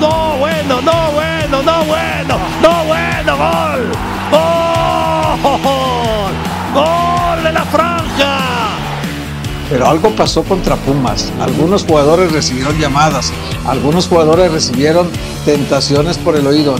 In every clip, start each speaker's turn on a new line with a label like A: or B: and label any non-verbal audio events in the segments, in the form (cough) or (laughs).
A: bueno, no bueno, no bueno, no bueno, gol. Gol. Gol de la franja.
B: Pero algo pasó contra Pumas. Algunos jugadores recibieron llamadas, algunos jugadores recibieron tentaciones por el oído.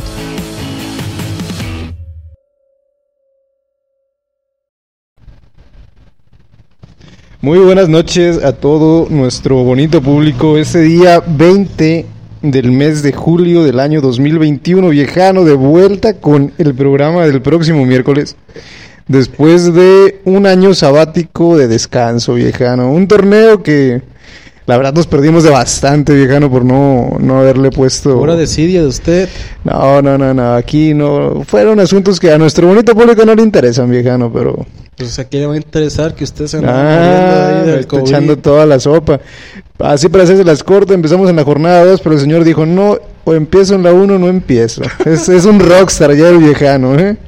C: Muy buenas noches a todo nuestro bonito público. Ese día 20 del mes de julio del año 2021, viejano, de vuelta con el programa del próximo miércoles. Después de un año sabático de descanso, viejano. Un torneo que la verdad nos perdimos de bastante, viejano, por no, no haberle puesto...
D: Ahora decide usted.
C: No, no, no, no. Aquí no... Fueron asuntos que a nuestro bonito público no le interesan, viejano, pero...
D: Pues a quién le va a interesar que usted se
C: Ah, me está echando toda la sopa. Así para hacerse las cortas, empezamos en la jornada 2, pero el señor dijo, no, o empiezo en la 1 no
D: (laughs)
C: empiezo. es, es un rockstar ya el viejano, ¿eh?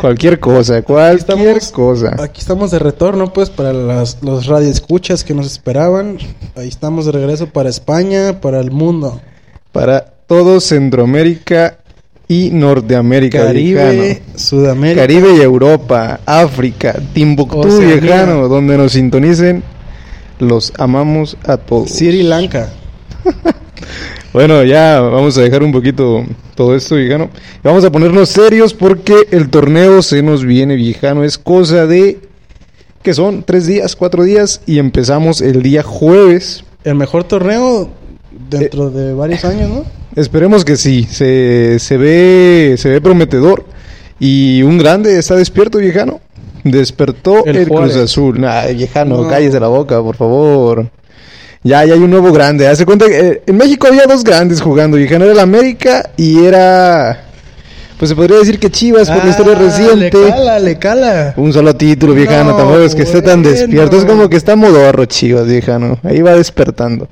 C: Cualquier cosa, cualquier
D: estamos.
C: cosa.
D: Aquí estamos de retorno, pues, para las, los radioescuchas que nos esperaban. Ahí estamos de regreso para España, para el mundo.
C: Para todo Centroamérica y Norteamérica,
D: Caribe,
C: viejano.
D: Sudamérica.
C: Caribe y Europa, África, Timbuktu,
D: Oceanía.
C: viejano, donde nos sintonicen, los amamos a todos.
D: Sri Lanka.
C: Bueno, ya vamos a dejar un poquito todo esto, viejano. Y Vamos a ponernos serios porque el torneo se nos viene, viejano. Es cosa de que son tres días, cuatro días y empezamos el día jueves.
D: El mejor torneo
C: Eh.
D: dentro de varios años, ¿no?
C: Esperemos que sí, se, se ve, se ve prometedor. Y un grande está despierto, viejano. Despertó el,
D: El
C: Cruz
D: Juárez.
C: Azul. Nah, viejano,
D: No.
C: cállese la boca, por favor. Ya, ya hay un nuevo grande. Hace cuenta que eh, en México había dos grandes jugando, viejano. Era el América y era. Pues se podría decir que Chivas, por la historia
D: Ah,
C: reciente. Uh,
D: Le cala, le cala.
C: Un solo título, viejano,
D: No,
C: tampoco es que esté tan
D: bueno.
C: despierto. Es como que está modorro, chivas, viejano. Ahí va despertando.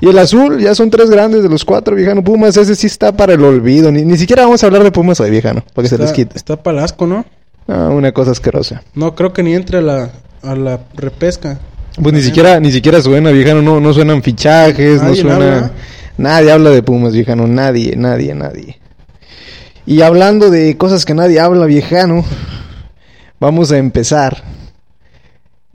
C: Y el azul, ya son tres grandes de los cuatro, viejano. Pumas, ese sí está para el olvido. Ni, ni siquiera vamos a hablar de Pumas hoy, viejano, para que se les quite.
D: Está Palasco, ¿no?
C: Ah, una cosa asquerosa.
D: No, creo que ni entre a la, a la repesca.
C: Pues ni siquiera, ni siquiera suena, viejano. No, no suenan fichajes, no
D: Nadie
C: suena.
D: habla.
C: Nadie habla de Pumas, viejano. Nadie, nadie, nadie. Y hablando de cosas que nadie habla, viejano, vamos a empezar.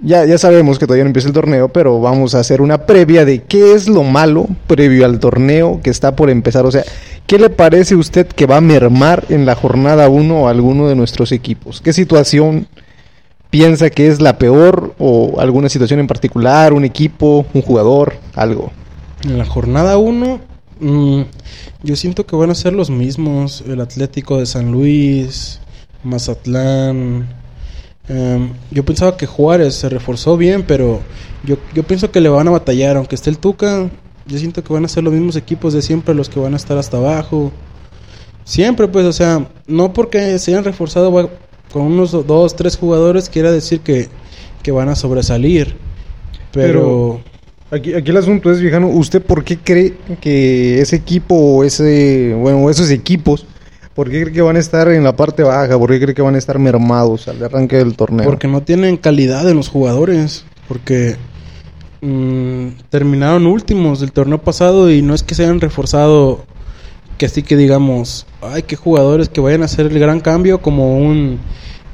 C: Ya, ya sabemos que todavía no empieza el torneo, pero vamos a hacer una previa de qué es lo malo previo al torneo que está por empezar. O sea, ¿qué le parece a usted que va a mermar en la jornada 1 a alguno de nuestros equipos? ¿Qué situación piensa que es la peor o alguna situación en particular, un equipo, un jugador, algo.
D: En la jornada 1, yo siento que van a ser los mismos. El Atlético de San Luis, Mazatlán. Em, yo pensaba que Juárez se reforzó bien, pero yo, yo pienso que le van a batallar. Aunque esté el Tuca, yo siento que van a ser los mismos equipos de siempre los que van a estar hasta abajo. Siempre, pues, o sea, no porque se hayan reforzado va- con unos do- dos, tres jugadores quiera decir que, que van a sobresalir.
C: Pero-
D: Pero,
C: Aquí, aquí el asunto es, viejano, ¿usted por qué cree que ese equipo o ese, bueno, esos equipos, por qué cree que van a estar en la parte baja? ¿Por qué cree que van a estar mermados al arranque del torneo?
D: Porque no tienen calidad en los jugadores. Porque mm, terminaron últimos del torneo pasado y no es que se hayan reforzado. Que así que digamos, ay, qué jugadores que vayan a hacer el gran cambio. Como un.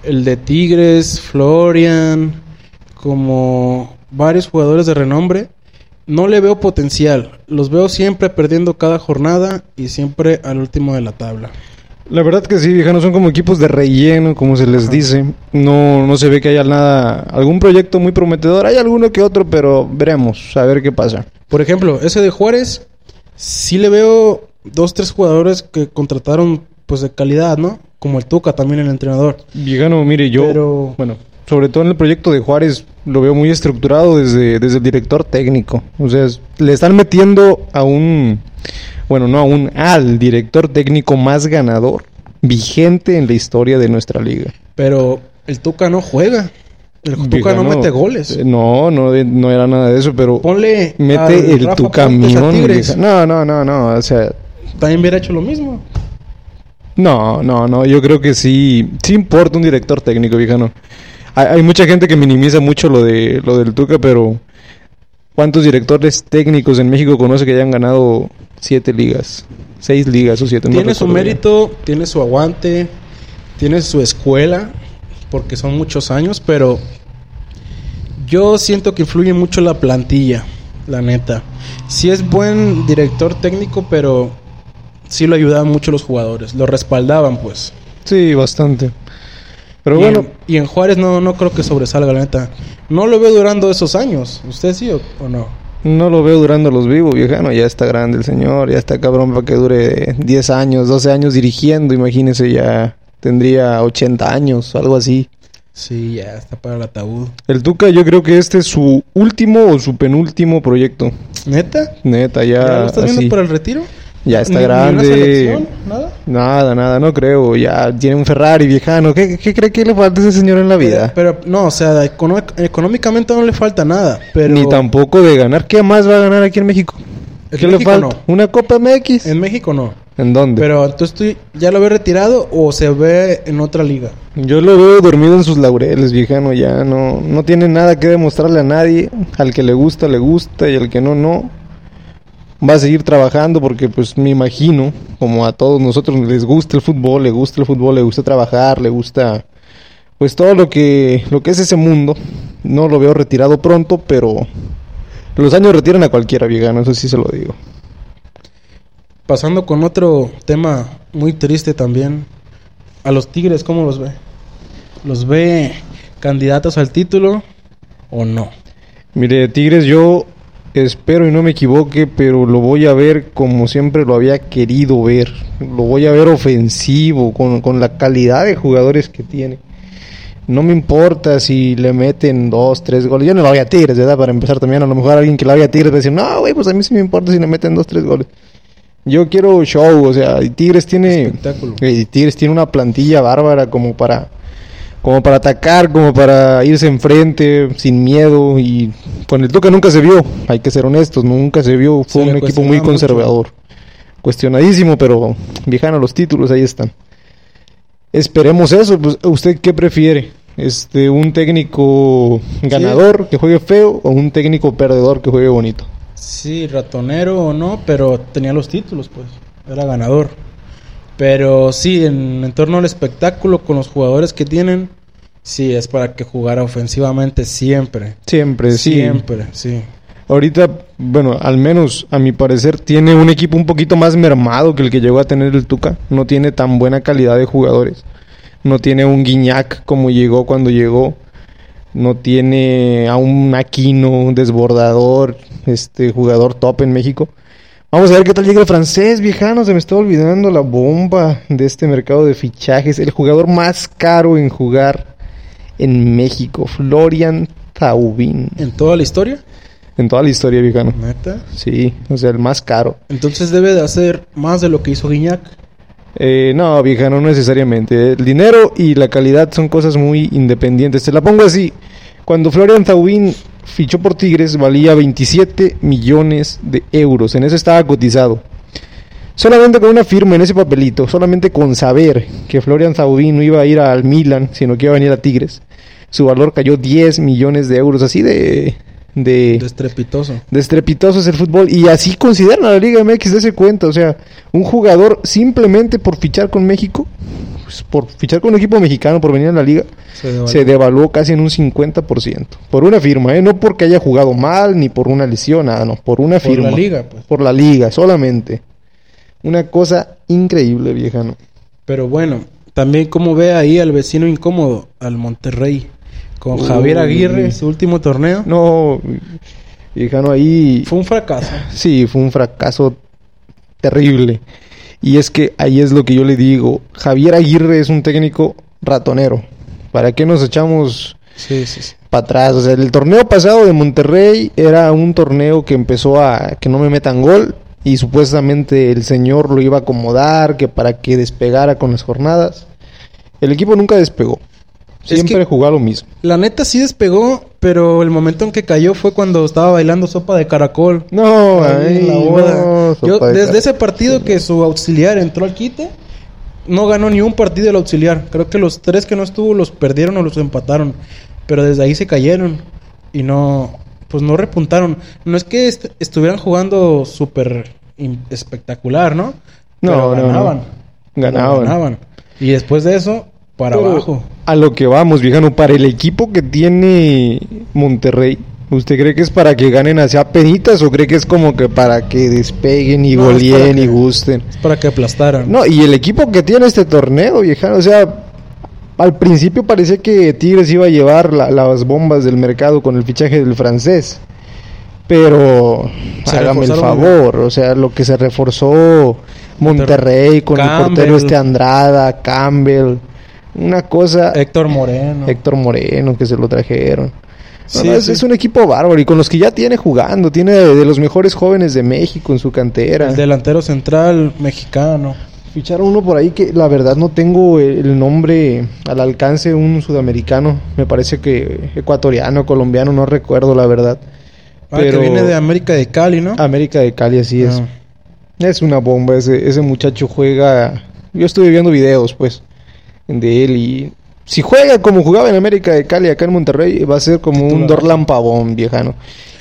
D: El de Tigres, Florian. Como varios jugadores de renombre. No le veo potencial. Los veo siempre perdiendo cada jornada y siempre al último de la tabla.
C: La verdad que sí, viejano, son como equipos de relleno, como se les dice. No, no se ve que haya nada, algún proyecto muy prometedor. Hay alguno que otro, pero veremos, a ver qué pasa.
D: Por ejemplo, ese de Juárez, sí le veo dos, tres jugadores que contrataron pues de calidad, ¿no? Como el Tuca también el entrenador.
C: Viejano, mire, yo,
D: Pero-
C: bueno, sobre todo en el proyecto de Juárez, lo veo muy estructurado desde, desde el director técnico. O sea, es- le están metiendo a un, bueno, no a un, al director técnico más ganador vigente en la historia de nuestra liga.
D: Pero el Tuca no juega. El Tuca
C: Viejano,
D: no mete goles.
C: eh, No, no, eh, no era nada de eso, pero
D: Ponle al
C: mete el
D: Rafa
C: tu
D: Puentes a
C: camión.
D: Tigres.
C: vieja- No, no, no, no, o sea,
D: También hubiera hecho lo mismo.
C: No, no, no, yo creo que sí, sí importa un director técnico, viejano. Hay, hay mucha gente que minimiza mucho lo de lo del Tuca, pero ¿cuántos directores técnicos en México conoce que hayan ganado siete ligas? Seis ligas o siete. no
D: tiene su
C: recuerdo bien.
D: mérito, tiene su aguante, tiene su escuela, porque son muchos años, pero yo siento que influye mucho la plantilla, la neta. Sí es buen director técnico, pero sí lo ayudaban mucho los jugadores, lo respaldaban pues.
C: Sí, bastante. Pero
D: y
C: bueno,
D: en, y en Juárez no, no creo que sobresalga, la neta. No lo veo durando esos años, ¿usted sí o, o no?
C: no lo veo durando los vivos, viejano. Ya está grande el señor, ya está cabrón para que dure 10 años, 12 años dirigiendo. Imagínese, ya tendría 80 años o algo así.
D: Sí, ya está para el ataúd.
C: El Tuca, yo creo que este es su último o su penúltimo proyecto.
D: ¿Neta?
C: Neta,
D: ¿Ya
C: ya.
D: lo estás
C: así.
D: viendo para el retiro?
C: Ah, Ya está
D: ¿Ni- ni una
C: grande.
D: selección? ¿Nada?
C: Nada, nada, no creo. Ya tiene un Ferrari, viejano. ¿Qué, qué cree que le falta a ese señor en la vida?
D: Pero, pero, no, o sea, econo- económicamente no le falta nada. Pero
C: Ni tampoco de ganar. ¿Qué más va a ganar aquí en México?
D: En
C: ¿Qué le
D: México
C: falta?
D: no.
C: ¿Una Copa MX?
D: En México no.
C: ¿En dónde?
D: Pero entonces tú ya lo ves retirado o se ve en otra liga.
C: Yo lo veo dormido en sus laureles, viejano, ya no, no tiene nada que demostrarle a nadie. Al que le gusta, le gusta, y al que no, no. Va a seguir trabajando porque pues me imagino, como a todos nosotros les gusta el fútbol, le gusta el fútbol, le gusta trabajar, le gusta pues todo lo que, lo que es ese mundo. No lo veo retirado pronto, pero los años retiran a cualquiera, viejano, eso sí se lo digo.
D: Pasando con otro tema muy triste también. A los Tigres, ¿cómo los ve? ¿Los ve candidatos al título o no?
C: Mire, Tigres, yo espero y no me equivoque, pero lo voy a ver como siempre lo había querido ver. Lo voy a ver ofensivo, con, con la calidad de jugadores que tiene. No me importa si le meten dos, tres goles. Yo no lo voy a Tigres, ¿verdad? Para empezar también, a lo mejor alguien que lo vaya a Tigres va a decir, no, güey, pues a mí sí me importa si le meten dos, tres goles. Yo quiero show, o sea, y Tigres tiene...
D: Espectáculo.
C: Y Tigres tiene una plantilla bárbara como para como para atacar, como para irse enfrente sin miedo y con el Tuca nunca se vio, hay que ser honestos, nunca se vio,
D: Se
C: fue
D: le
C: un equipo muy
D: cuestionaba mucho.
C: conservador. Cuestionadísimo, pero viejano los títulos ahí están. Esperemos eso, pues usted qué prefiere? Este un técnico ganador que juegue feo o un técnico perdedor que juegue bonito.
D: Sí, ratonero o no, pero tenía los títulos, pues. Era ganador. Pero sí, en, en torno al espectáculo, con los jugadores que tienen, sí, es para que jugara ofensivamente siempre.
C: Siempre, Eh, sí.
D: Siempre, sí.
C: Ahorita, bueno, al menos a mi parecer tiene un equipo un poquito más mermado que el que llegó a tener el Tuca. No tiene tan buena calidad de jugadores. No tiene un Guiñac como llegó cuando llegó. No tiene a un Aquino, un desbordador, este jugador top en México. Vamos a ver qué tal llega el francés, viejano. Se me está olvidando la bomba de este mercado de fichajes. El jugador más caro en jugar en México, Florian Taubín.
D: ¿En toda la historia?
C: En toda la historia, viejano.
D: Neta.
C: Sí, o sea, el más caro.
D: Entonces debe de hacer más de lo que hizo Guiñac.
C: Eh, no, vieja, no necesariamente. El dinero y la calidad son cosas muy independientes. Te la pongo así. Cuando Florian Taubín fichó por Tigres, valía 27 millones de euros. En eso estaba cotizado. Solamente con una firma en ese papelito, solamente con saber que Florian Taubín no iba a ir al Milan, sino que iba a venir a Tigres, su valor cayó 10 millones de euros. Así de... de
D: Destrepitoso.
C: Destrepitoso es el fútbol y así consideran a la Liga MX de ese cuenta, o sea, un jugador simplemente por fichar con México, pues, por fichar con un equipo mexicano, por venir a la liga,
D: Se devaluó.
C: se devaluó casi en un 50%, por una firma, ¿eh? no porque haya jugado mal ni por una lesión, nada, no, por una
D: Por
C: firma.
D: la liga, pues.
C: Por la liga, solamente. Una cosa increíble, viejano.
D: Pero bueno, también como ve ahí al vecino incómodo, al Monterrey, con
C: Uy.
D: Javier Aguirre, su último torneo.
C: No, viejano, ahí...
D: Fue un fracaso.
C: Sí, fue un fracaso terrible. Y es que ahí es lo que yo le digo. Javier Aguirre es un técnico ratonero. ¿Para qué nos echamos
D: Sí, sí, sí.
C: para atrás? O sea, el torneo pasado de Monterrey era un torneo que empezó a que no me metan gol y supuestamente el señor lo iba a acomodar, que para que despegara con las jornadas. El equipo nunca despegó.
D: Es
C: Siempre
D: que-
C: jugaba lo mismo.
D: La neta sí despegó, pero el momento en que cayó fue cuando estaba bailando sopa de caracol.
C: No,
D: Ahí en la
C: ay,
D: boda.
C: no,
D: Yo,
C: sopa de
D: desde
C: car-
D: ese partido que su auxiliar entró al quite, no ganó ni un partido el auxiliar. Creo que los tres que no estuvo los perdieron o los empataron. Pero desde ahí se cayeron y no, pues no repuntaron. No es que est- estuvieran jugando súper im- espectacular, ¿no?
C: No,
D: pero
C: no, no.
D: ganaban. Pero
C: Ganaban.
D: ganaban. Y después de eso, para
C: Pero
D: abajo.
C: A lo que vamos, viejano, para el equipo que tiene Monterrey, ¿usted cree que es para que ganen hacia penitas o cree que es como que para que despeguen y
D: No, es para
C: goleen y
D: que-
C: gusten?
D: Es para que aplastaran.
C: No, y el equipo que tiene este torneo, viejano, o sea, al principio parecía que Tigres iba a llevar la- las bombas del mercado con el fichaje del francés. Pero
D: Se
C: hágame el
D: reforzaron muy
C: favor, o sea, lo que se reforzó Monterrey con el portero
D: Campbell.
C: este Andrada, Campbell, una cosa
D: Héctor Moreno.
C: Héctor Moreno que se lo trajeron. No,
D: Sí,
C: no, es,
D: sí.
C: es un equipo bárbaro y con los que ya tiene jugando, tiene de, de los mejores jóvenes de México en su cantera.
D: El delantero central mexicano.
C: Ficharon uno por ahí que la verdad no tengo el el nombre al alcance, un sudamericano, me parece que ecuatoriano, colombiano, no recuerdo la verdad.
D: Ah, que
C: Pero-
D: viene de América de Cali, ¿no?
C: América de Cali así es.
D: Ah.
C: Es una bomba, ese, ese muchacho juega... Yo estuve viendo videos pues de él y... Si juega como jugaba en América de Cali acá en Monterrey, va a ser como un
D: Titular.
C: Dorlan Pavón, viejano.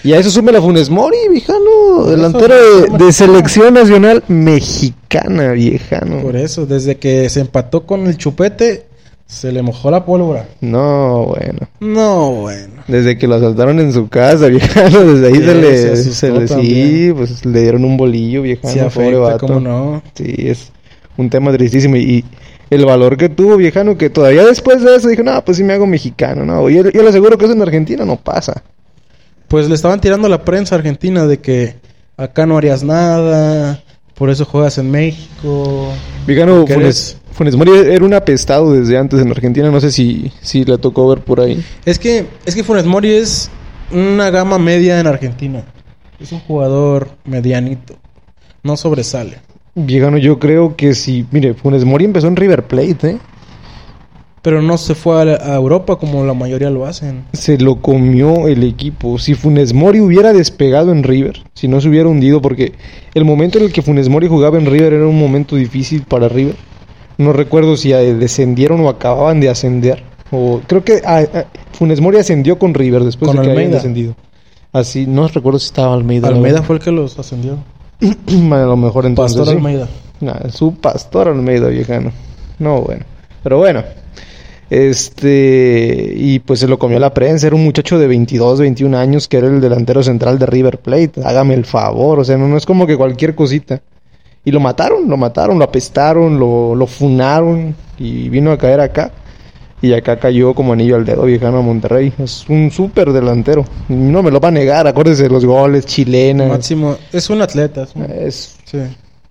C: Y a eso sume la Funes Mori, viejano. Delantero
D: eso-
C: de, de selección nacional mexicana, viejano.
D: Por eso, desde que se empató con el chupete, se le mojó la pólvora.
C: No, bueno.
D: No, bueno.
C: Desde que lo asaltaron en su casa, (laughs) viejano, desde ahí
D: Sí,
C: se le,
D: se asustó
C: se le- sí,
D: también.
C: pues le dieron un bolillo, viejano,
D: Se
C: pobre
D: afecta,
C: vato.
D: ¿cómo no?
C: Sí, es un tema tristísimo y, y el valor que tuvo, viejano, que todavía después de eso dijo, no, pues sí me hago mexicano, no, yo, yo le aseguro que eso en Argentina no pasa.
D: Pues le estaban tirando a la prensa argentina de que acá no harías nada, por eso juegas en México.
C: Viejano,
D: ¿Qué
C: Funes,
D: eres?
C: Funes Mori era un apestado desde antes en Argentina, no sé si, si le tocó ver por ahí.
D: Es que, es que Funes Mori es una gama media en Argentina. Es un jugador medianito. No sobresale.
C: Viejano, yo creo que si, mire, Funes Mori empezó en River Plate, ¿eh?
D: Pero no se fue a, la- a Europa como la mayoría lo hacen.
C: se lo comió el equipo. Si Funes Mori hubiera despegado en River, si no se hubiera hundido, porque el momento en el que Funes Mori jugaba en River era un momento difícil para River. No recuerdo si eh, descendieron o acababan de ascender. O creo que ah, ah, Funes Mori ascendió con River después
D: Con
C: Pues de que habían
D: Almeida.
C: descendido. Así, no recuerdo si estaba Almeida. la (clears throat)
D: Almeida
C: verdad.
D: fue el que los ascendió.
C: a lo mejor entonces.
D: Pastor
C: sí.
D: Almeida.
C: Nah, su pastor Almeida viejano. No, bueno. Pero bueno. Este. Y pues se lo comió la prensa. Era un muchacho de 22, 21 años que era el delantero central de River Plate. Hágame el favor. O sea, no, no es como que cualquier cosita. Y lo mataron, lo mataron, lo apestaron, lo, lo funaron. Y vino a caer acá. Y acá cayó como anillo al dedo viejano a Monterrey. Es un súper delantero. No me lo va a negar. Acuérdese de los goles chilenas.
D: Máximo. Es un atleta. es un-
C: Es
D: sí.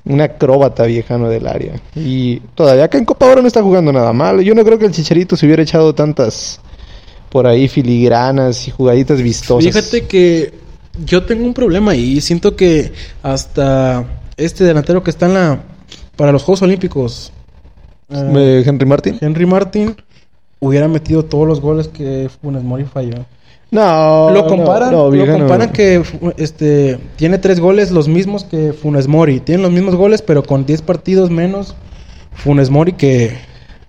C: un acróbata viejano del área. Y todavía acá en Copa ahora no está jugando nada mal. Yo no creo que el Chicharito se hubiera echado tantas por ahí filigranas y jugaditas vistosas.
D: Fíjate que yo tengo un problema ahí. Siento que hasta este delantero que está en la. para los Juegos Olímpicos. eh,
C: Eh, Henry Martin.
D: Henry Martin hubiera metido todos los goles que Funes Mori falló.
C: No,
D: lo comparan,
C: no, no,
D: lo
C: viejano.
D: comparan que fu- este tiene tres goles los mismos que Funes Mori, tiene los mismos goles pero con 10 partidos menos Funes Mori que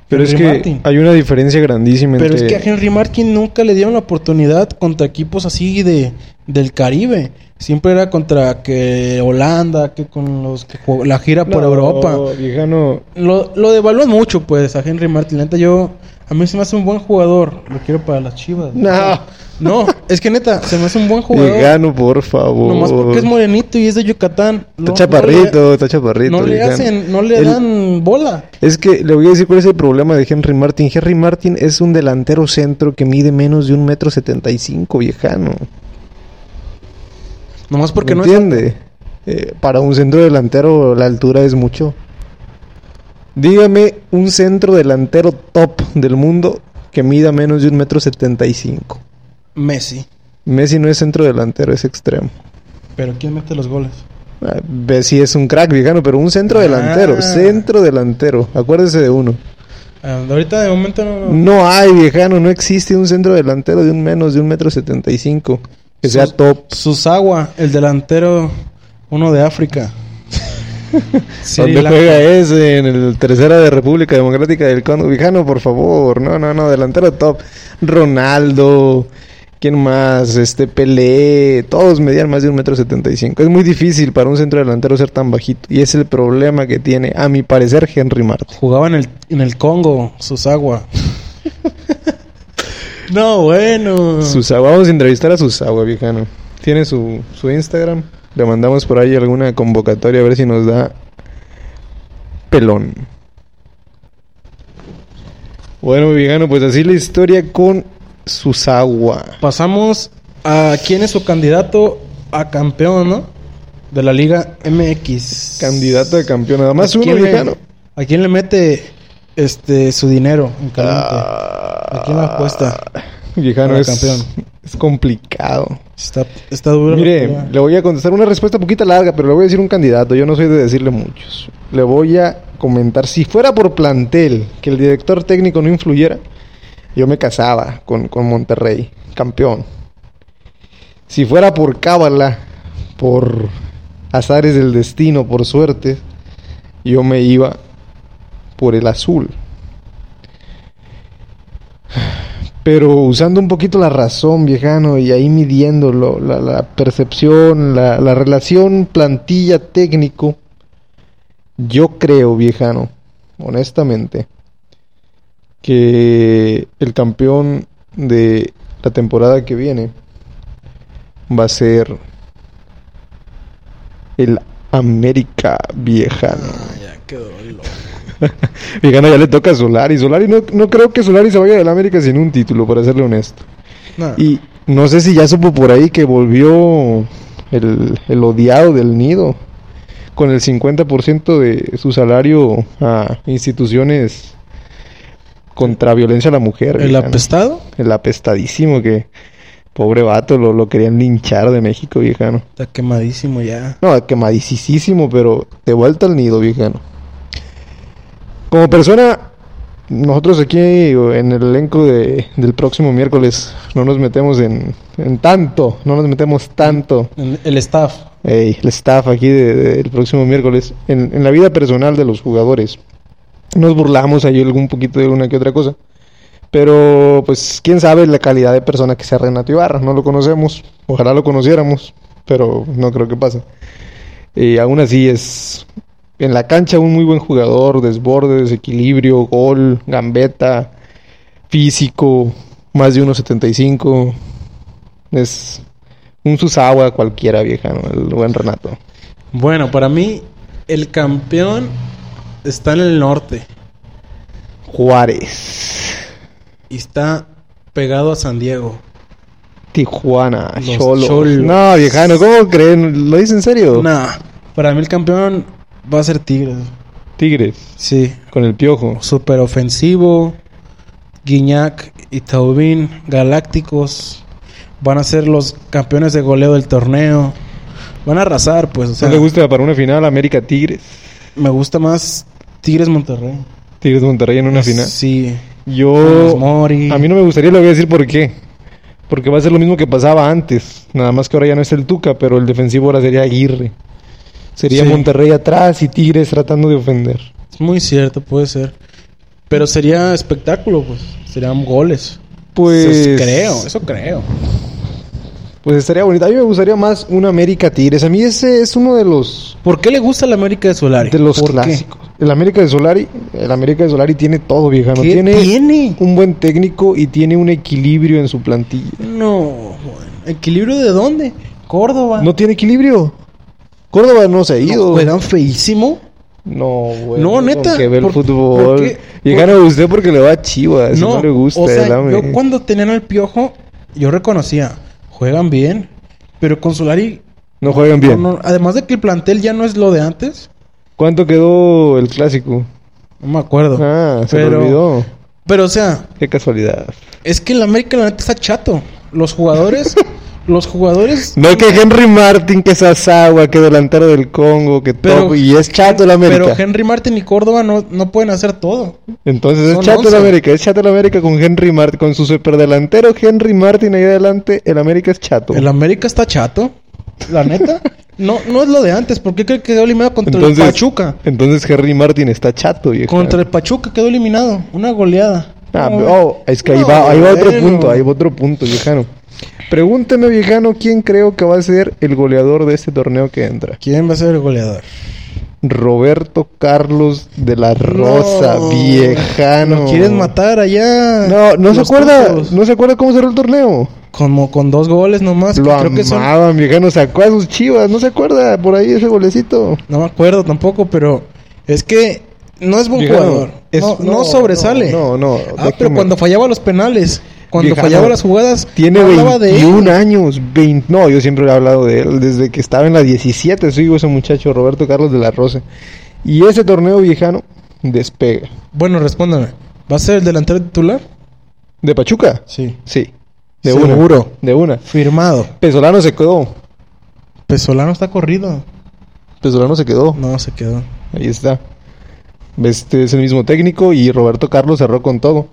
C: Pero es
D: Henry
C: que
D: Martin.
C: hay una diferencia grandísima
D: Pero es
C: entre
D: que a Henry Martin nunca le dieron la oportunidad contra equipos así de del Caribe. Siempre era contra que Holanda, que con los que jugó- la gira por
C: No,
D: Europa.
C: viejano.
D: Lo, lo devalúan mucho, pues, a Henry Martin. La neta, yo. A mí se me hace un buen jugador. Lo quiero para las chivas.
C: No.
D: No, es que neta, se me hace un buen jugador.
C: Viejano, por favor.
D: Nomás porque es morenito y es de Yucatán. No-
C: Está chaparrito,
D: no le-
C: está chaparrito.
D: No le,
C: viejano.
D: hacen, no le
C: El-
D: dan bola.
C: Es que le voy a decir cuál es el problema de Henry Martin. Henry Martin es un delantero centro que mide menos de un metro setenta y cinco, viejano.
D: Nomás porque
C: ¿Me
D: no es
C: entiende? Eh, para un centro delantero la altura es mucho. Dígame un centro delantero top del mundo que mida menos de un metro setenta y cinco.
D: Messi.
C: Messi no es centro delantero, es extremo.
D: Pero ¿quién mete los goles?
C: Ah, Messi es un crack, viejano, pero un centro delantero,
D: Ah.
C: centro delantero. Acuérdese de uno.
D: Ah, ahorita de momento no.
C: No hay, viejano, no existe un centro delantero de un menos de un metro setenta y cinco que sea
D: Sus-
C: top.
D: Susagua, el delantero, uno de
C: (laughs)
D: África. Sri
C: ¿Dónde
D: Lanka.
C: juega ese? En el tercera de República Democrática del Congo. Viejano, por favor. No, no, no, delantero top. Ronaldo. ¿Quién más? Este Pelé. Todos medían más de un metro setenta y cinco. Es muy difícil para un centro delantero ser tan bajito. Y es el problema que tiene, a mi parecer, Henry Martin.
D: Jugaba en el, en el Congo,
C: (laughs)
D: Susagua. no, bueno.
C: Susagua, vamos a entrevistar a Susagua, viejano. Tiene su, su Instagram. Le mandamos por ahí alguna convocatoria a ver si nos da pelón. Bueno, mi viejano, pues así la historia con Susagua.
D: Pasamos a quién es su candidato a campeón, ¿no? De la Liga MX.
C: Candidato de campeón, nada más
D: ¿A
C: uno,
D: quién eh? le-
C: viejano.
D: ¿A quién le mete este su dinero en caliente?
C: Ah.
D: ¿A quién la apuesta?
C: Viejano
D: Para
C: es,
D: campeón.
C: es complicado.
D: Está, está duro.
C: Mire, le voy a contestar una respuesta poquita larga, pero le voy a decir un candidato. Yo no soy de decirle muchos. Le voy a comentar, si fuera por plantel, que el director técnico no influyera, yo me casaba con, con Monterrey, campeón. Si fuera por cábala, por azares del destino, por suerte, yo me iba por el azul. Pero usando un poquito la razón, viejano, y ahí midiendo lo- la, la percepción, la, la relación plantilla-técnico, yo creo, viejano, honestamente, que el campeón de la temporada que viene va a ser el América viejano.
D: ya quedó loco.
C: Viejano ya le toca a Solari. Solari no, no creo que Solari se vaya del América sin un título, para serle honesto.
D: Nah.
C: Y no sé si ya supo por ahí que volvió el, el odiado del nido con el 50% de su salario a instituciones contra violencia a la mujer.
D: ¿El
C: viejano.
D: apestado?
C: El apestadísimo que pobre vato lo, lo querían linchar de México, viejano.
D: Está quemadísimo ya.
C: (laughs) No, quemadicísimo, pero de vuelta al nido, viejano. Como persona, nosotros aquí en el elenco de- del próximo miércoles no nos metemos en, en tanto, no nos metemos tanto.
D: El, el staff.
C: Ey, el staff aquí de- de- del próximo miércoles, en, en la vida personal de los jugadores. Nos burlamos ahí algún poquito de una que otra cosa. Pero, pues, quién sabe la calidad de persona que sea Renato Ibarra. No lo conocemos. Ojalá lo conociéramos. Pero no creo que pase. Y aún así es en la cancha un muy buen jugador. Desborde, desequilibrio, gol, gambeta, físico, más de 1.75. Es un Susawa cualquiera, vieja, ¿no? El buen Renato.
D: Bueno, para mí, el campeón está en el norte.
C: Juárez,
D: Y está pegado a San Diego.
C: Tijuana,
D: Los
C: Cholos.
D: Cholos.
C: No, viejano, ¿cómo creen? ¿Lo dices en serio?
D: Nah. Para mí, el campeón va a ser Tigres.
C: Tigres,
D: Sí.
C: con el piojo.
D: Super ofensivo. Guiñac y Taubín, Galácticos, van a ser los campeones de goleo del torneo. Van a arrasar, pues. O sea,
C: ¿No le gusta para una final América Tigres?
D: Me gusta más Tigres Monterrey.
C: Tigres Monterrey en una
D: Pues,
C: final.
D: Sí. Funes
C: Yo.
D: Mori.
C: A mí no me gustaría, le voy a decir por qué. Porque va a ser lo mismo que pasaba antes. Nada más que ahora ya no es el Tuca, pero el defensivo ahora sería Aguirre. Sería
D: Sí.
C: Monterrey atrás y Tigres tratando de ofender.
D: Es muy cierto, puede ser. Pero sería espectáculo, pues. Serían goles.
C: Pues.
D: Eso creo, eso creo.
C: Pues estaría bonito. A mí me gustaría más un América Tigres. A mí ese es uno de los
D: ¿Por qué le gusta la América de Solari?
C: de los
D: ¿Por qué?
C: clásicos. El América de Solari, el América de Solari tiene todo, viejano.
D: ¿Qué
C: Tiene,
D: tiene?
C: un buen técnico y tiene un equilibrio en su plantilla.
D: No, bueno. ¿Equilibrio de dónde? Córdoba.
C: No tiene equilibrio. Córdoba no pues, se ha
D: No,
C: ido.
D: juegan feísimo.
C: No, güey.
D: No,
C: con
D: neta,
C: Que ve el
D: ¿por- por
C: fútbol.
D: qué?
C: Viejano, usted porque le va a Chivas. No, le gusta.
D: o sea,
C: el Ame.
D: yo cuando tenían al piojo, yo reconocía, juegan bien, pero con Solari,
C: No juegan bien.
D: no, no, además de que el plantel ya no es lo de antes,
C: ¿Cuánto quedó el clásico?
D: no me acuerdo.
C: Ah, se me
D: Pero-
C: olvidó.
D: Pero o sea,
C: Qué casualidad.
D: es que el América la neta está chato. Los
C: (laughs)
D: jugadores, los jugadores
C: No que Henry Martin, que es Asagua, que delantero del Congo, que
D: Pero-
C: todo. Y es chato el América.
D: Pero Henry Martin y Córdoba no, no pueden hacer todo.
C: Entonces es
D: son
C: chato el
D: 11.
C: América. Es chato el América con Henry Martin, con su superdelantero Henry Martin ahí adelante. El América es chato.
D: El América está chato, la
C: (laughs)
D: neta. No, no es lo de antes. ¿Por qué cree que quedó eliminado contra
C: entonces,
D: el Pachuca?
C: Entonces Henry Martin está chato, viejo.
D: Contra el Pachuca quedó eliminado. Una goleada.
C: Ah,
D: No,
C: oh, es que ahí
D: no,
C: va, ahí va otro
D: bueno.
C: punto, ahí va otro punto, viejano. Pregúnteme, viejano, quién creo que va a ser el goleador de este torneo que entra.
D: ¿Quién va a ser el goleador?
C: Roberto Carlos de la Rosa,
D: No,
C: viejano.
D: Lo quieren matar allá.
C: No, no se
D: Los
C: acuerda,
D: tuzos.
C: no se acuerda cómo cerró el torneo.
D: Como con dos goles nomás.
C: Lo
D: que creo que son-
C: amaban, viejano, sacó a sus chivas, no se acuerda por ahí ese golecito.
D: No me acuerdo tampoco, pero es que no es buen
C: Viejano,
D: jugador.
C: es-
D: no, no
C: no,
D: sobresale.
C: no, no,
D: Ah, pero
C: déjeme.
D: cuando fallaba los penales, cuando
C: Viejano,
D: fallaba las jugadas,
C: Tiene
D: no hablaba de él.
C: 21 años, 20, no, yo siempre he hablado de él, desde que estaba en la 17 sigo ese muchacho, Roberto Carlos de la Rosa. Y ese torneo viejano despega.
D: Bueno, respóndame. ¿Va a ser el delantero titular?
C: ¿De Pachuca?
D: Sí.
C: Sí. De
D: Seguro.
C: una. De una.
D: Firmado.
C: Pesolano se quedó.
D: Pesolano está corrido.
C: Pesolano se quedó.
D: No, se quedó.
C: Ahí está. Este es el mismo técnico y Roberto Carlos cerró con todo.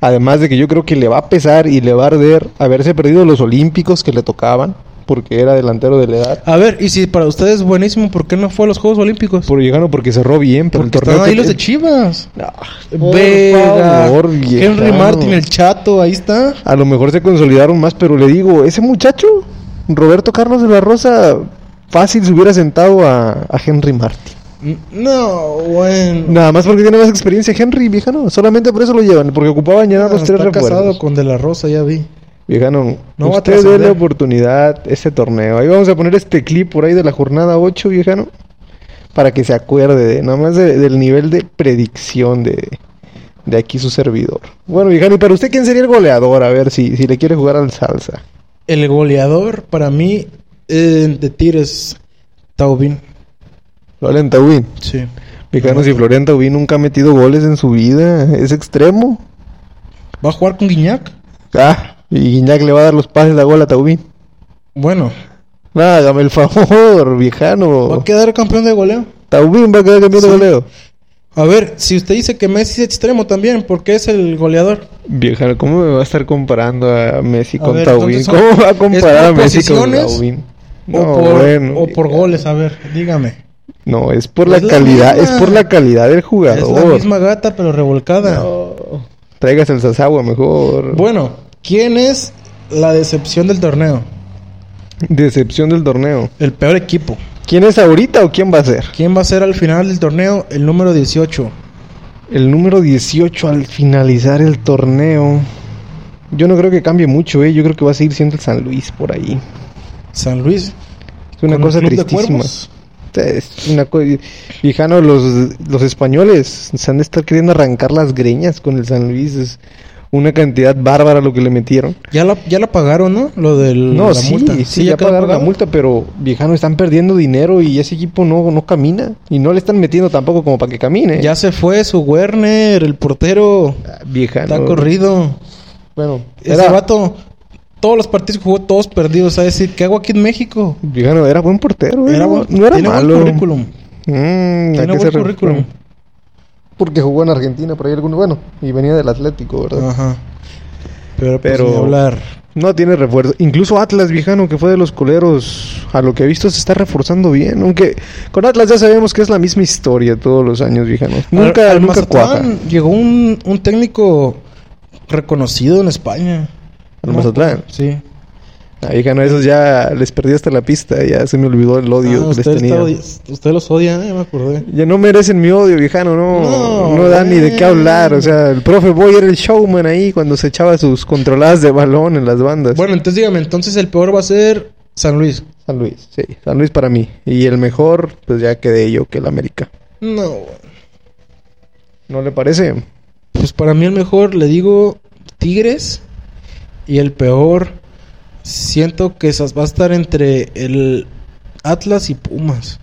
C: Además de que yo creo que le va a pesar y le va a arder haberse perdido los Olímpicos que le tocaban, porque era delantero de la edad.
D: A ver, y si para ustedes es buenísimo, ¿por qué no fue a los Juegos Olímpicos?
C: Por llegano porque cerró bien, pero
D: Porque
C: el torneo
D: estaban ahí
C: que-
D: los de Chivas.
C: Ah, por
D: Vega,
C: favor,
D: Henry
C: viejano.
D: Martin, el chato, ahí está.
C: A lo mejor se consolidaron más, pero le digo, ese muchacho, Roberto Carlos de la Rosa, fácil se hubiera sentado a, a Henry Martin.
D: N- No, bueno.
C: Nada más porque tiene más experiencia Henry, viejano. Solamente por eso lo llevan, porque ocupaban ya
D: Ah,
C: los tres
D: está
C: refuerzos.
D: casado con De La Rosa, ya vi.
C: Viejano,
D: No va a
C: usted dé
D: trascender.
C: la oportunidad a este torneo. Ahí vamos a poner este clip por ahí de la jornada 8, viejano, para que se acuerde de, nada más de- del nivel de predicción de, de aquí su servidor. Bueno, viejano, ¿y para usted quién sería el goleador? A ver si, si le quiere jugar al salsa.
D: El goleador para mí eh, de Tigres, Taubín.
C: Florenta Win.
D: Sí.
C: Viejano, si Florenta Win nunca ha metido goles en su vida, es extremo.
D: ¿Va a jugar con Guiñac?
C: Ah, y Guiñac le va a dar los pases de gol a Taubín.
D: Bueno,
C: Nada, hágame el favor, viejano.
D: ¿va a quedar campeón de goleo?
C: Taubín va a quedar campeón de
D: Sí.
C: goleo.
D: A ver, si usted dice que Messi es extremo también, ¿por qué es el goleador?
C: Viejano, ¿cómo me va a estar comparando a Messi
D: A
C: con
D: ver,
C: Taubín?
D: entonces son-
C: ¿Cómo va a comparar
D: ¿es
C: a
D: por
C: Messi con
D: posiciones
C: Taubín?
D: o
C: No,
D: por,
C: bueno,
D: o por
C: viejano.
D: goles, a ver, dígame.
C: No, es por
D: Es
C: la
D: la
C: calidad,
D: misma.
C: es por la calidad del
D: Es la
C: jugador.
D: misma gata, pero revolcada.
C: Traigas el Sasagua mejor.
D: Bueno, ¿quién es la decepción del torneo?
C: Decepción del torneo.
D: El peor equipo.
C: ¿Quién es ahorita o quién va a ser?
D: ¿Quién va a ser al final del torneo el número 18?
C: El número 18 al finalizar el torneo. Yo no creo que cambie mucho, eh. Yo creo que va a seguir siendo el San Luis por ahí.
D: San Luis.
C: Es una
D: ¿Con el
C: cosa
D: Club de
C: tristísima.
D: Cuervos?
C: Es una co- Fijano, los, los españoles se han de estar queriendo arrancar las greñas con el San Luis. Es una cantidad bárbara lo que le metieron.
D: Ya la, ya la pagaron, ¿no? Lo del
C: No,
D: la
C: sí,
D: multa.
C: sí, ya
D: quedó
C: pagaron la
D: pagado?
C: multa, pero Viejano están perdiendo dinero y ese equipo no, no camina. Y no le están metiendo tampoco como para que camine.
D: Ya se fue su Werner, el portero.
C: Ah, Viejano.
D: Está corrido.
C: Bueno,
D: Ese
C: era,
D: vato, todos los partidos que jugó, todos perdidos. A decir, ¿qué hago aquí en México?
C: Viejano era buen portero. eh, no-
D: buen-
C: no era
D: tiene buen
C: malo.
D: currículum.
C: Mm, hay que
D: Tiene buen
C: ser-
D: currículum.
C: Porque jugó en Argentina por ahí alguno. Bueno, y venía del Atlético, ¿verdad?
D: Ajá. Pero, pues,
C: Pero-
D: ni hablar.
C: No tiene refuerzo. Incluso Atlas, viejano, que fue de los coleros, a lo que he visto se está reforzando bien. Aunque con Atlas ya sabemos que es la misma historia todos los años, viejano. Nunca,
D: Al- al
C: nunca cuaja.
D: Mazatlán Llegó un, un técnico reconocido en España.
C: Al Mazatlán.
D: Sí.
C: Ah, viejano, esos ya les perdí hasta la pista. Ya se me olvidó el odio
D: Ah,
C: que les
D: usted,
C: tenía.
D: está odi- usted los odia, eh, me acordé.
C: Ya no merecen mi odio, viejano, no,
D: No,
C: no, dan ni de qué
D: bueno.
C: hablar. O sea, el profe Boy era el showman ahí cuando se echaba sus controladas de balón en las bandas.
D: Bueno, entonces dígame, entonces el peor va a ser San Luis.
C: San Luis, sí, San Luis para mí. Y el mejor, pues ya quedé yo que el América.
D: No, bueno.
C: ¿No le parece?
D: Pues para mí el mejor, le digo Tigres. Y el peor, siento que esas va a estar entre el Atlas y Pumas.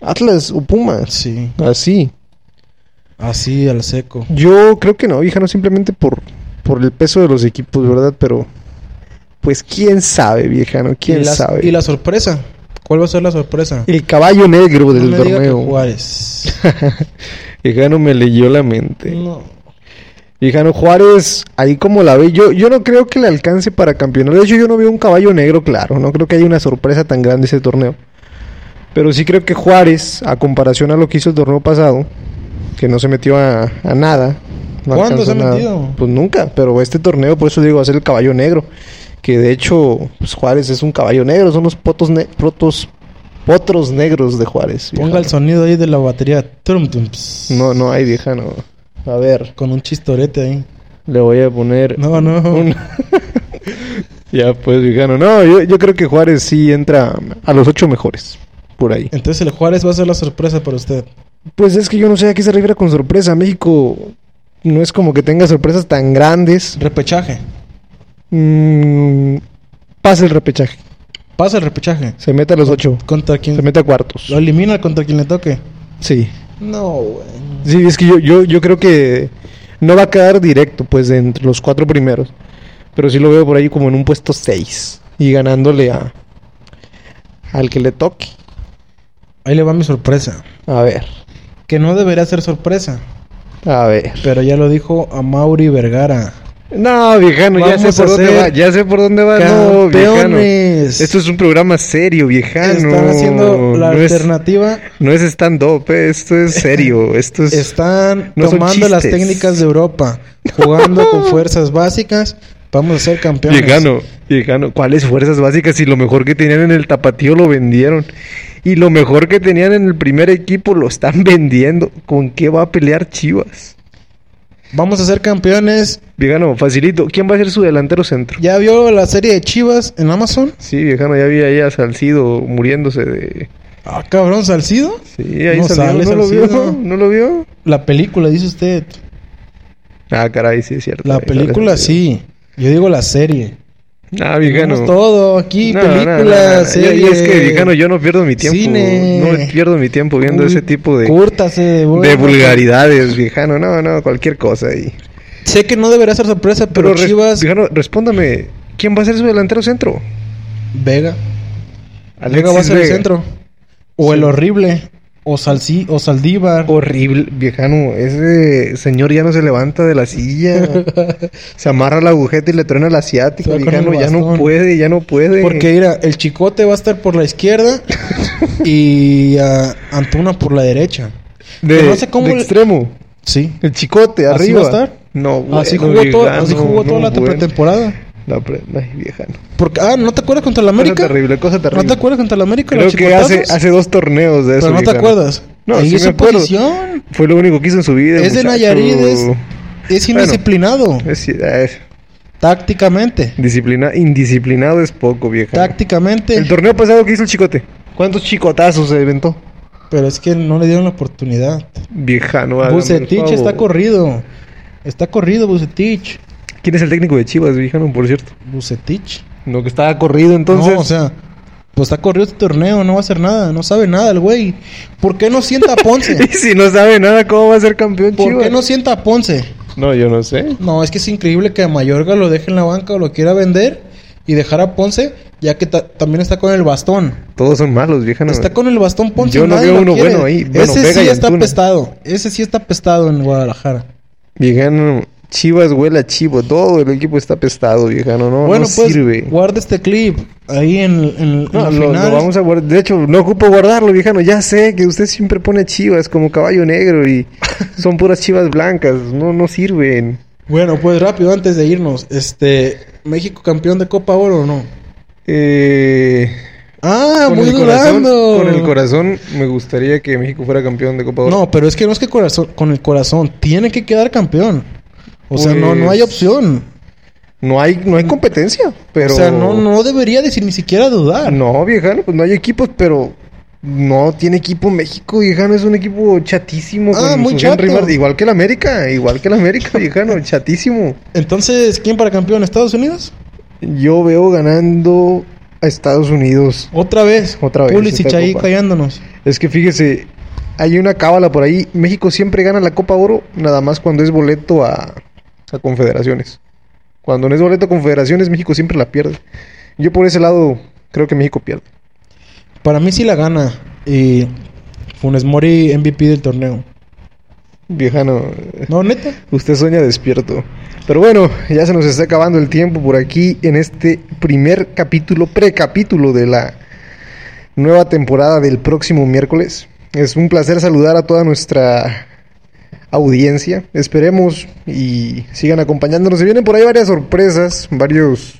C: Atlas o Pumas.
D: Sí,
C: Así.
D: así al seco.
C: Yo creo que no, hija, no simplemente por, por el peso de los equipos, ¿verdad? Pero, pues, quién sabe, viejano, quién
D: y la,
C: sabe.
D: Y la sorpresa. ¿Cuál va a ser la sorpresa?
C: El caballo negro del
D: no me diga que
C: torneo. (laughs)
D: Juárez.
C: Viejano me leyó la mente.
D: No.
C: Viejano Juárez, ahí como la ve, yo, yo no creo que le alcance para campeonar. De hecho, yo no veo un caballo negro claro. No creo que haya una sorpresa tan grande ese torneo. Pero sí creo que Juárez, a comparación a lo que hizo el torneo pasado, que no se metió a, a nada. no
D: ¿Cuándo
C: alcanzó
D: se ha metido?
C: Pues nunca, pero este torneo, por eso digo, va a ser el caballo negro. que de hecho pues, Juárez es un caballo negro, son los potos ne- protos- potros negros de Juárez.
D: Ponga
C: viejano.
D: el sonido ahí de la batería. Trum, trum, ps.
C: No, no hay viejano. A ver,
D: Con un chistorete ahí.
C: le voy a poner...
D: No, no.
C: (laughs) un- ya pues viejano. No, yo, yo creo que Juárez sí entra a los ocho mejores. Por ahí.
D: Entonces el Juárez va a ser la sorpresa para usted.
C: Pues es que yo no sé a qué se refiere con sorpresa. México no es como que tenga sorpresas tan grandes.
D: Repechaje.
C: Mm, pasa el repechaje.
D: Pasa el repechaje.
C: Se mete a los ocho.
D: ¿Contra quién?
C: Se mete a cuartos.
D: Lo elimina contra quien le toque.
C: Sí.
D: No, güey.
C: Sí, es que yo, yo, yo creo que no va a quedar directo, pues, de entre los cuatro primeros. Pero sí lo veo por ahí como en un puesto seis. Y ganándole a al que le toque.
D: Ahí le va mi sorpresa.
C: A ver.
D: Que no debería ser sorpresa.
C: A ver.
D: Pero ya lo dijo a Mauri Vergara.
C: No, viejano, ya
D: Vamos
C: sé por
D: a
C: dónde
D: ser
C: va. Ya sé por dónde va. No, viejano.
D: ¡Campeones!
C: Esto es un programa serio, viejano.
D: Están haciendo la
C: Ah, no es,
D: alternativa.
C: no es stand-up, eh, esto es
D: (laughs)
C: serio. Esto es.
D: Están
C: no son
D: tomando las
C: chistes.
D: técnicas de Europa. Jugando
C: (laughs)
D: con fuerzas básicas. Vamos a ser campeones.
C: Viejano, viejano. ¿Cuáles fuerzas básicas? Si lo mejor que tenían en el tapatío lo vendieron. Y lo mejor que tenían en el primer equipo lo están vendiendo. ¿Con qué va a pelear Chivas?
D: Vamos a ser campeones.
C: Viejano, facilito. ¿Quién va a ser su delantero centro?
D: ¿Ya vio la serie de Chivas en Amazon?
C: Sí, viejano, ya vi ahí a Salcido muriéndose de.
D: Ah, cabrón, Salcido.
C: Sí, ahí
D: No
C: salió,
D: sale
C: ¿No lo vio?
D: Salcido.
C: ¿No lo vio?
D: La película, dice usted.
C: Ah, caray, sí, es cierto.
D: La
C: ahí sale
D: película
C: Salcido.
D: sí. Yo digo la serie.
C: Ah, viejano.
D: Tenemos todo aquí,
C: No, no, no,
D: películas,
C: no, no. Yo-
D: series.
C: Y es que, viejano, yo no pierdo mi tiempo.
D: Cine.
C: No pierdo mi tiempo viendo ese tipo de,
D: Cúrtase de,
C: de
D: eh, bueno.
C: vulgaridades, viejano. No, no, cualquier cosa ahí.
D: Sé que no deberá ser sorpresa, pero,
C: res-
D: Chivas
C: Viejano, respóndame. ¿Quién va a ser su delantero centro?
D: Vega.
C: Alexis
D: Vega va a ser el
C: Vega.
D: centro. O el horrible. O Salcí, o Saldívar.
C: Horrible, viejano. Ese señor ya no se levanta de la
D: (laughs)
C: silla. se amarra la agujeta y le truena la
D: Se
C: asiática.
D: va con
C: Viejano,
D: el
C: ya no
D: bastón.
C: puede, ya no puede.
D: Porque mira, el Chicote va a estar por
C: (laughs)
D: la izquierda y ah, Antuna por la derecha.
C: de,
D: que no sé cómo
C: de
D: le-
C: extremo.
D: Sí.
C: El chicote,
D: ¿Así
C: arriba.
D: va a estar?
C: No,
D: así
C: bueno,
D: jugó, todo-
C: viejano,
D: así jugó toda
C: no,
D: la
C: bueno.
D: temporada.
C: La pre- ay, viejano.
D: Porque, ah, ¿no te acuerdas contra la América?
C: Cosa terrible, cosa terrible.
D: ¿No te acuerdas contra la América?
C: Creo
D: los
C: que hace,
D: chicotazos?
C: hace dos torneos de eso.
D: Pero no te
C: viejano.
D: acuerdas.
C: No,
D: Ahí
C: sí
D: es
C: me acuerdo.
D: oposición.
C: Fue lo único que hizo en su vida.
D: Es de
C: muchacho.
D: Nayarit, es- Es
C: Bueno.
D: indisciplinado.
C: Es- es-
D: Tácticamente.
C: disciplina, indisciplinado es poco, viejano.
D: Tácticamente.
C: El torneo pasado que hizo el chicote. ¿Cuántos chicotazos se inventó?
D: Pero es que no le dieron la oportunidad.
C: Viejano. hágame el
D: Bucetich
C: favor.
D: está corrido. Está corrido Bucetich.
C: ¿Quién es el técnico de Chivas, viejano, por cierto?
D: Bucetich.
C: No, que estaba corrido entonces.
D: no, o sea, pues está corrido este torneo, no va a hacer nada, no sabe nada el güey. ¿Por qué no sienta a
C: y (laughs)
D: Ponce?
C: si no sabe nada, ¿cómo va a ser campeón
D: ¿Por
C: Chivas?
D: qué no sienta a Ponce?
C: no, yo no sé.
D: No, es que es increíble que a Mayorga lo deje en la banca o lo quiera vender y dejar a Ponce, ya que ta- también está con el bastón.
C: Todos son malos, viejano.
D: Está con el bastón Ponce.
C: Yo no
D: nadie
C: veo
D: lo
C: uno
D: quiere.
C: bueno ahí. Bueno,
D: Ese
C: Vega
D: sí
C: y
D: está
C: Antuna.
D: apestado. Ese sí está apestado en Guadalajara.
C: Viejano, Chivas huele a chivo. Todo el equipo está pestado, viejano. No,
D: bueno,
C: no
D: pues
C: sirve.
D: guarda este clip ahí en, en- en
C: No,
D: la
C: lo, lo
D: final.
C: vamos a guardar. De hecho, no ocupo guardarlo, viejano. Ya sé que usted siempre pone a chivas como caballo negro
D: (laughs)
C: y son puras chivas blancas. No, no sirven.
D: Bueno, pues rápido antes de irnos, este México campeón de Copa Oro o no?
C: Eh,
D: Ah,
C: con
D: muy
C: el corazón-
D: durando.
C: Con el corazón, me gustaría que México fuera campeón de Copa Oro.
D: No, pero es que no es que corazón, con el corazón tiene que quedar campeón. O sea, no no hay
C: Pues-
D: opción.
C: No hay, no hay competencia, pero.
D: O sea, no no debería decir ni siquiera dudar.
C: No, viejano, pues no hay equipos, pero no tiene equipo México, viejano, es un equipo chatísimo.
D: Ah, muy
C: su Henry
D: chato.
C: Mar- Igual que el América, igual que el
D: (laughs)
C: América, viejano, chatísimo.
D: Entonces, ¿quién para campeón? ¿Estados Unidos?
C: Yo veo ganando a Estados Unidos.
D: Otra vez.
C: Otra vez,
D: Pulisic
C: esta
D: ahí
C: copa.
D: callándonos.
C: Es que fíjese, hay una cábala por ahí. México siempre gana la Copa Oro, nada más cuando es boleto a, a confederaciones. Cuando no es boleto a confederaciones, México siempre la pierde. Yo por ese lado creo que México pierde.
D: Para mí sí la gana. Y Funes Mori MVP del torneo.
C: Viejano,
D: No, neta.
C: (laughs) Usted sueña despierto. Pero bueno, ya se nos está acabando el tiempo por aquí en este primer capítulo, precapítulo de la nueva temporada del próximo miércoles. Es un placer saludar a toda nuestra audiencia. Esperemos y sigan acompañándonos. Se vienen por ahí varias sorpresas, varios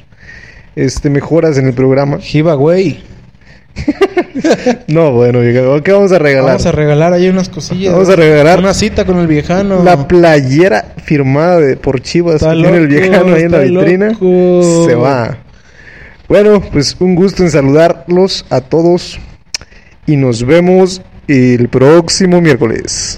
C: este, mejoras en el programa.
D: Jiva, güey.
C: No, bueno, viejano, ¿qué vamos a regalar?
D: Vamos a regalar ahí unas cosillas.
C: Vamos a regalar
D: Una cita con el viejano.
C: La playera firmada de, por Chivas
D: Está
C: que tiene el
D: loco,
C: viejano ahí en la
D: está
C: vitrina
D: loco.
C: se va. Bueno, pues un gusto en saludarlos a todos y nos vemos el próximo miércoles.